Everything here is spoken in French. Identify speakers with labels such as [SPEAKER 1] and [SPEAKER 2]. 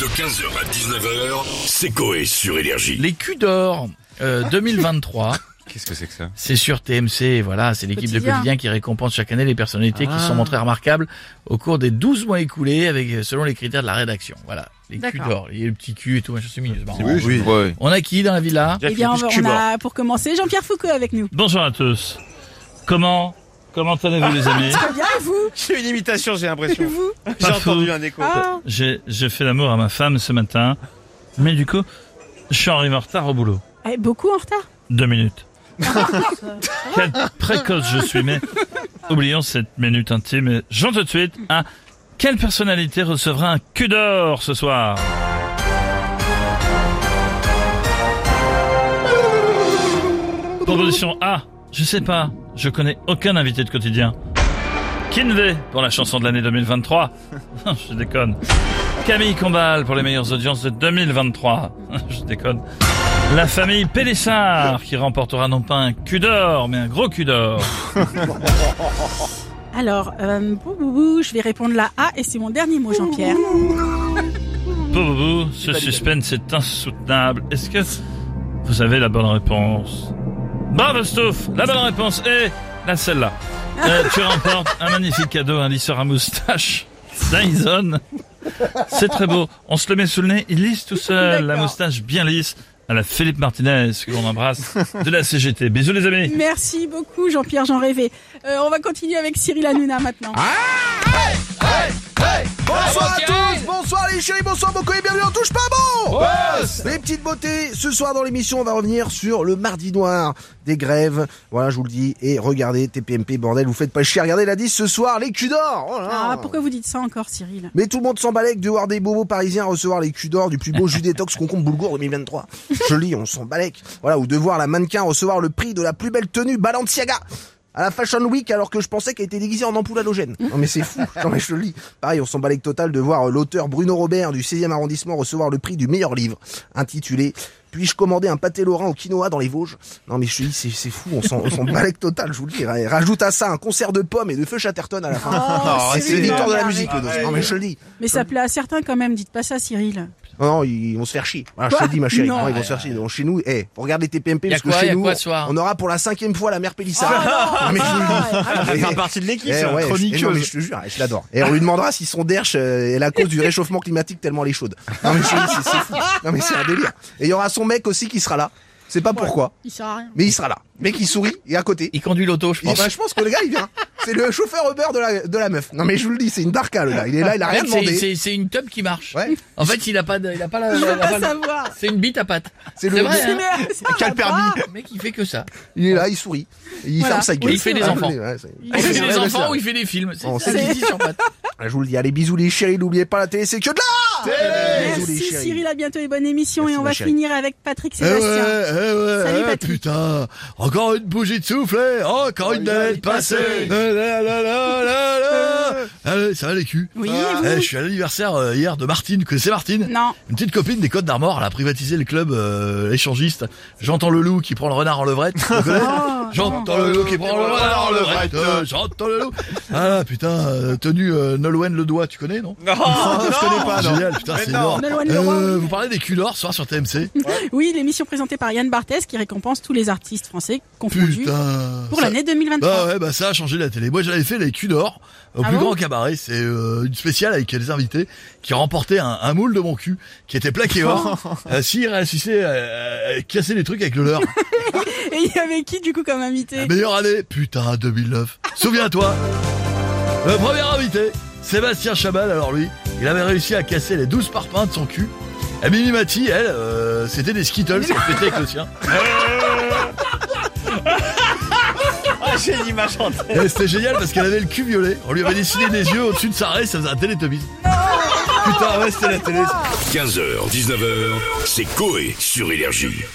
[SPEAKER 1] De 15h à 19h, c'est Coé sur Énergie.
[SPEAKER 2] Les culs d'or euh, 2023.
[SPEAKER 3] Qu'est-ce que c'est que ça
[SPEAKER 2] C'est sur TMC, voilà, c'est l'équipe de
[SPEAKER 4] Quotidien.
[SPEAKER 2] quotidien qui récompense chaque année les personnalités qui se
[SPEAKER 3] Ah.
[SPEAKER 2] sont montrées remarquables au cours des 12 mois écoulés avec euh, selon les critères de la rédaction. Voilà, les culs
[SPEAKER 4] D'accord.
[SPEAKER 2] d'or, il y a le petit cul et tout, machin, c'est mignon, c'est marrant.
[SPEAKER 3] oui.
[SPEAKER 2] On a qui dans la villa
[SPEAKER 4] Eh bien, on, on a pour commencer Jean-Pierre Foucault avec nous.
[SPEAKER 2] Bonjour à tous. Comment Comment allez-vous les amis
[SPEAKER 4] Très bien, et vous
[SPEAKER 3] C'est une imitation, j'ai
[SPEAKER 4] Et
[SPEAKER 3] l'impression.
[SPEAKER 4] vous
[SPEAKER 3] J'ai entendu
[SPEAKER 2] fou.
[SPEAKER 3] un écho.
[SPEAKER 4] Ah,
[SPEAKER 2] J'ai fait l'amour à ma femme ce matin, mais du coup, je suis arrivé en retard au boulot.
[SPEAKER 4] eh, beaucoup en retard.
[SPEAKER 2] Deux minutes. Quel précoce je suis, mais oublions cette minute intime. Et J'en tout de suite à quelle personnalité recevra un cul d'or ce soir Proposition A, je sais pas, je connais aucun invité de quotidien. Kinvey pour la chanson de l'année 2023. je déconne. Camille Combal pour les meilleures audiences de 2023. je déconne. La famille Pélissard qui remportera non pas un cul d'or, mais un gros cul d'or.
[SPEAKER 4] Alors, euh, bou, bou, bou, je vais répondre la A et c'est mon dernier mot, Jean-Pierre.
[SPEAKER 2] Boubou, ce suspense est insoutenable. Est-ce que vous avez la bonne réponse Bravo Stouff, la bonne réponse est la celle-là. Euh, tu remportes un magnifique cadeau, un lisseur à moustache Dyson. C'est très beau. On se le met sous le nez, il lisse tout seul, la
[SPEAKER 4] D'accord.
[SPEAKER 2] moustache bien lisse. À la Philippe Martinez, que l'on embrasse, de la CGT. Bisous les amis.
[SPEAKER 4] Merci beaucoup, Jean-Pierre, j'en rêvais. Euh, on va continuer avec Cyril Hanouna maintenant.
[SPEAKER 5] Bonsoir à tous, bonsoir les chéris, bonsoir beaucoup et bienvenue en touche pas bon Les petites beautés, ce soir dans l'émission on va revenir sur le mardi noir des grèves, voilà je vous le dis, et regardez TPMP bordel, vous faites pas chier, regardez la 10 ce soir, les culs d'or oh là là.
[SPEAKER 4] Ah, pourquoi vous dites ça encore, Cyril
[SPEAKER 5] Mais tout le monde s'emballe avec de voir des bobos parisiens recevoir les culs d'or du plus beau jus détox concombre boulgour 2023. Je lis, on s'emballe avec. Voilà, ou de voir la mannequin recevoir le prix de la plus belle tenue Balenciaga à la Fashion Week alors que je pensais qu'elle était déguisée en ampoule halogène. Non mais c'est fou, non mais je le lis. Pareil, on s'emballe avec total de voir euh, l'auteur Bruno Robert du 16e arrondissement recevoir le prix du meilleur livre intitulé puis-je commander un pâté lorrain au quinoa dans les Vosges Non mais je te dis, c'est c'est fou, on s'en on s'en balèque total, je vous le dis. Et Rajoute à ça un concert de pommes et de feu Chatterton à la fin.
[SPEAKER 4] Oh,
[SPEAKER 5] Ah, C'est les victoires de la
[SPEAKER 4] arrête.
[SPEAKER 5] musique, le dos. Non, mais je le dis.
[SPEAKER 4] Mais ça plaît à certains quand même, dites pas ça, Cyril.
[SPEAKER 5] Non, non, ils vont se faire chier. Voilà, je te
[SPEAKER 4] Quoi
[SPEAKER 5] le dis, ma chérie.
[SPEAKER 4] Non.
[SPEAKER 5] Non, ils vont se faire chier. Donc, chez nous, eh, on regarde les TPMP
[SPEAKER 2] Y a
[SPEAKER 5] parce que
[SPEAKER 2] quoi, y
[SPEAKER 5] chez
[SPEAKER 2] a
[SPEAKER 5] nous,
[SPEAKER 2] quoi ce soir
[SPEAKER 5] on aura pour la cinquième fois la mère Pélissard. non, mais je vous le dis.
[SPEAKER 3] Elle
[SPEAKER 5] Eh,
[SPEAKER 3] fait partie de l'équipe,
[SPEAKER 5] eh,
[SPEAKER 3] Ah, c'est
[SPEAKER 5] ouais,
[SPEAKER 3] un
[SPEAKER 5] je- eh, non, mais je
[SPEAKER 3] chroniqueuse.
[SPEAKER 5] te jure, eh, je l'adore. Et on lui demandera si son derche euh, est la cause du réchauffement climatique tellement elle est chaude. Non mais je te dis, c'est c'est fou. Non mais c'est un délire. Et il y aura son mec aussi qui sera là. C'est pas pourquoi,
[SPEAKER 4] Il sert à rien.
[SPEAKER 5] mais il sera là. Mec qui sourit et à côté.
[SPEAKER 2] Il conduit l'auto, je
[SPEAKER 5] Et bah, je pense que le gars il vient. C'est le chauffeur Uber de la, de la meuf. Non mais je vous le dis, c'est une darka le gars. Il est là, il a rien demandé.
[SPEAKER 2] Ah, C'est une tub qui marche.
[SPEAKER 5] Ouais.
[SPEAKER 2] En fait, il a pas, de- il a pas la.
[SPEAKER 4] Je
[SPEAKER 2] la-
[SPEAKER 4] veux
[SPEAKER 2] la-
[SPEAKER 4] pas
[SPEAKER 2] la-
[SPEAKER 4] savoir.
[SPEAKER 2] C'est une bite à pattes.
[SPEAKER 5] C'est le-
[SPEAKER 2] vrai.
[SPEAKER 4] Mais
[SPEAKER 2] hein.
[SPEAKER 4] ça va
[SPEAKER 3] Quel
[SPEAKER 5] Ah.
[SPEAKER 3] permis
[SPEAKER 4] pas.
[SPEAKER 2] Le mec, il fait que ça.
[SPEAKER 5] Il est là, il sourit. Et il
[SPEAKER 4] Voilà.
[SPEAKER 5] ferme sa gueule.
[SPEAKER 2] il fait des
[SPEAKER 5] Ah,
[SPEAKER 2] enfants.
[SPEAKER 5] ouais, c'est-
[SPEAKER 2] Il fait
[SPEAKER 5] c'est
[SPEAKER 2] des
[SPEAKER 5] vrai, c'est
[SPEAKER 2] enfants
[SPEAKER 5] vrai.
[SPEAKER 2] ou il fait des films. C'est
[SPEAKER 5] On
[SPEAKER 2] ça
[SPEAKER 4] sait.
[SPEAKER 2] qu'il dit sur pattes.
[SPEAKER 5] Ah, Je vous le dis, allez bisous les chéris, n'oubliez pas la télé, c'est que de là Bisous
[SPEAKER 4] Merci
[SPEAKER 5] les chéris.
[SPEAKER 4] Cyril, à bientôt et bonne émission.
[SPEAKER 5] Merci,
[SPEAKER 4] et on
[SPEAKER 5] ma
[SPEAKER 4] va
[SPEAKER 5] chérie.
[SPEAKER 4] finir avec Patrick
[SPEAKER 6] Eh
[SPEAKER 4] Sébastien. Salut, Patrick.
[SPEAKER 6] putain, encore une bougie de soufflet,
[SPEAKER 3] Oh,
[SPEAKER 6] encore une navette
[SPEAKER 3] Eh
[SPEAKER 6] passée. La, la, la, la, la, la. Allez, ça va les culs
[SPEAKER 4] Oui,
[SPEAKER 6] Eh,
[SPEAKER 4] et vous
[SPEAKER 6] Je suis à l'anniversaire euh, hier de Martine, vous connaissez Martine
[SPEAKER 4] Non.
[SPEAKER 6] Une petite copine des Côtes d'Armor, elle a privatisé le club euh, échangiste. J'entends le loup qui prend le renard en levrette. vous connaissez
[SPEAKER 4] Oh.
[SPEAKER 6] J'entends le loup qui prend le renard en levrette. euh, J'entends le loup. Ah putain, euh, tenue euh, Nolwenn le doigt, tu connais non
[SPEAKER 3] Non, Ah, je connais pas, non.
[SPEAKER 6] Génial, putain,
[SPEAKER 3] Mais
[SPEAKER 6] c'est
[SPEAKER 3] non.
[SPEAKER 6] énorme.
[SPEAKER 4] Nolwenn Leroy,
[SPEAKER 6] Euh,
[SPEAKER 4] oui.
[SPEAKER 6] vous parlez des culs d'or ce soir sur TMC
[SPEAKER 4] Oui, l'émission présentée par Yann Barthès qui récompense tous les artistes français confondus
[SPEAKER 6] Putain.
[SPEAKER 4] pour
[SPEAKER 6] ça-
[SPEAKER 4] l'année 2023.
[SPEAKER 6] Bah ouais, bah ça a changé la télé. Moi, j'avais fait les culs d'or au
[SPEAKER 4] Ah
[SPEAKER 6] plus
[SPEAKER 4] bon
[SPEAKER 6] grand cabaret. C'est euh, une spéciale avec les invités qui remportaient un, un moule de mon cul qui était plaqué or. euh, S'ils réussissaient à, à casser les trucs avec le leur.
[SPEAKER 4] Et il y avait qui du coup comme
[SPEAKER 6] La
[SPEAKER 4] invité
[SPEAKER 6] meilleure année, putain, 2009. Souviens-toi. Le premier invité, Sébastien Chabal, alors lui, il avait réussi à casser les 12 parpaings de son cul. Et Mimi Mati, elle, euh, c'était des Skittles qu'elle pétait avec le sien.
[SPEAKER 3] Ah, j'ai l'image en tête.
[SPEAKER 6] Et c'était génial parce qu'elle avait le cul violet. On lui avait dessiné des yeux au-dessus de sa raie, ça faisait un télétobie. Putain, ouais, c'était la télé.
[SPEAKER 1] 15h, 19h, c'est Coé sur Énergie.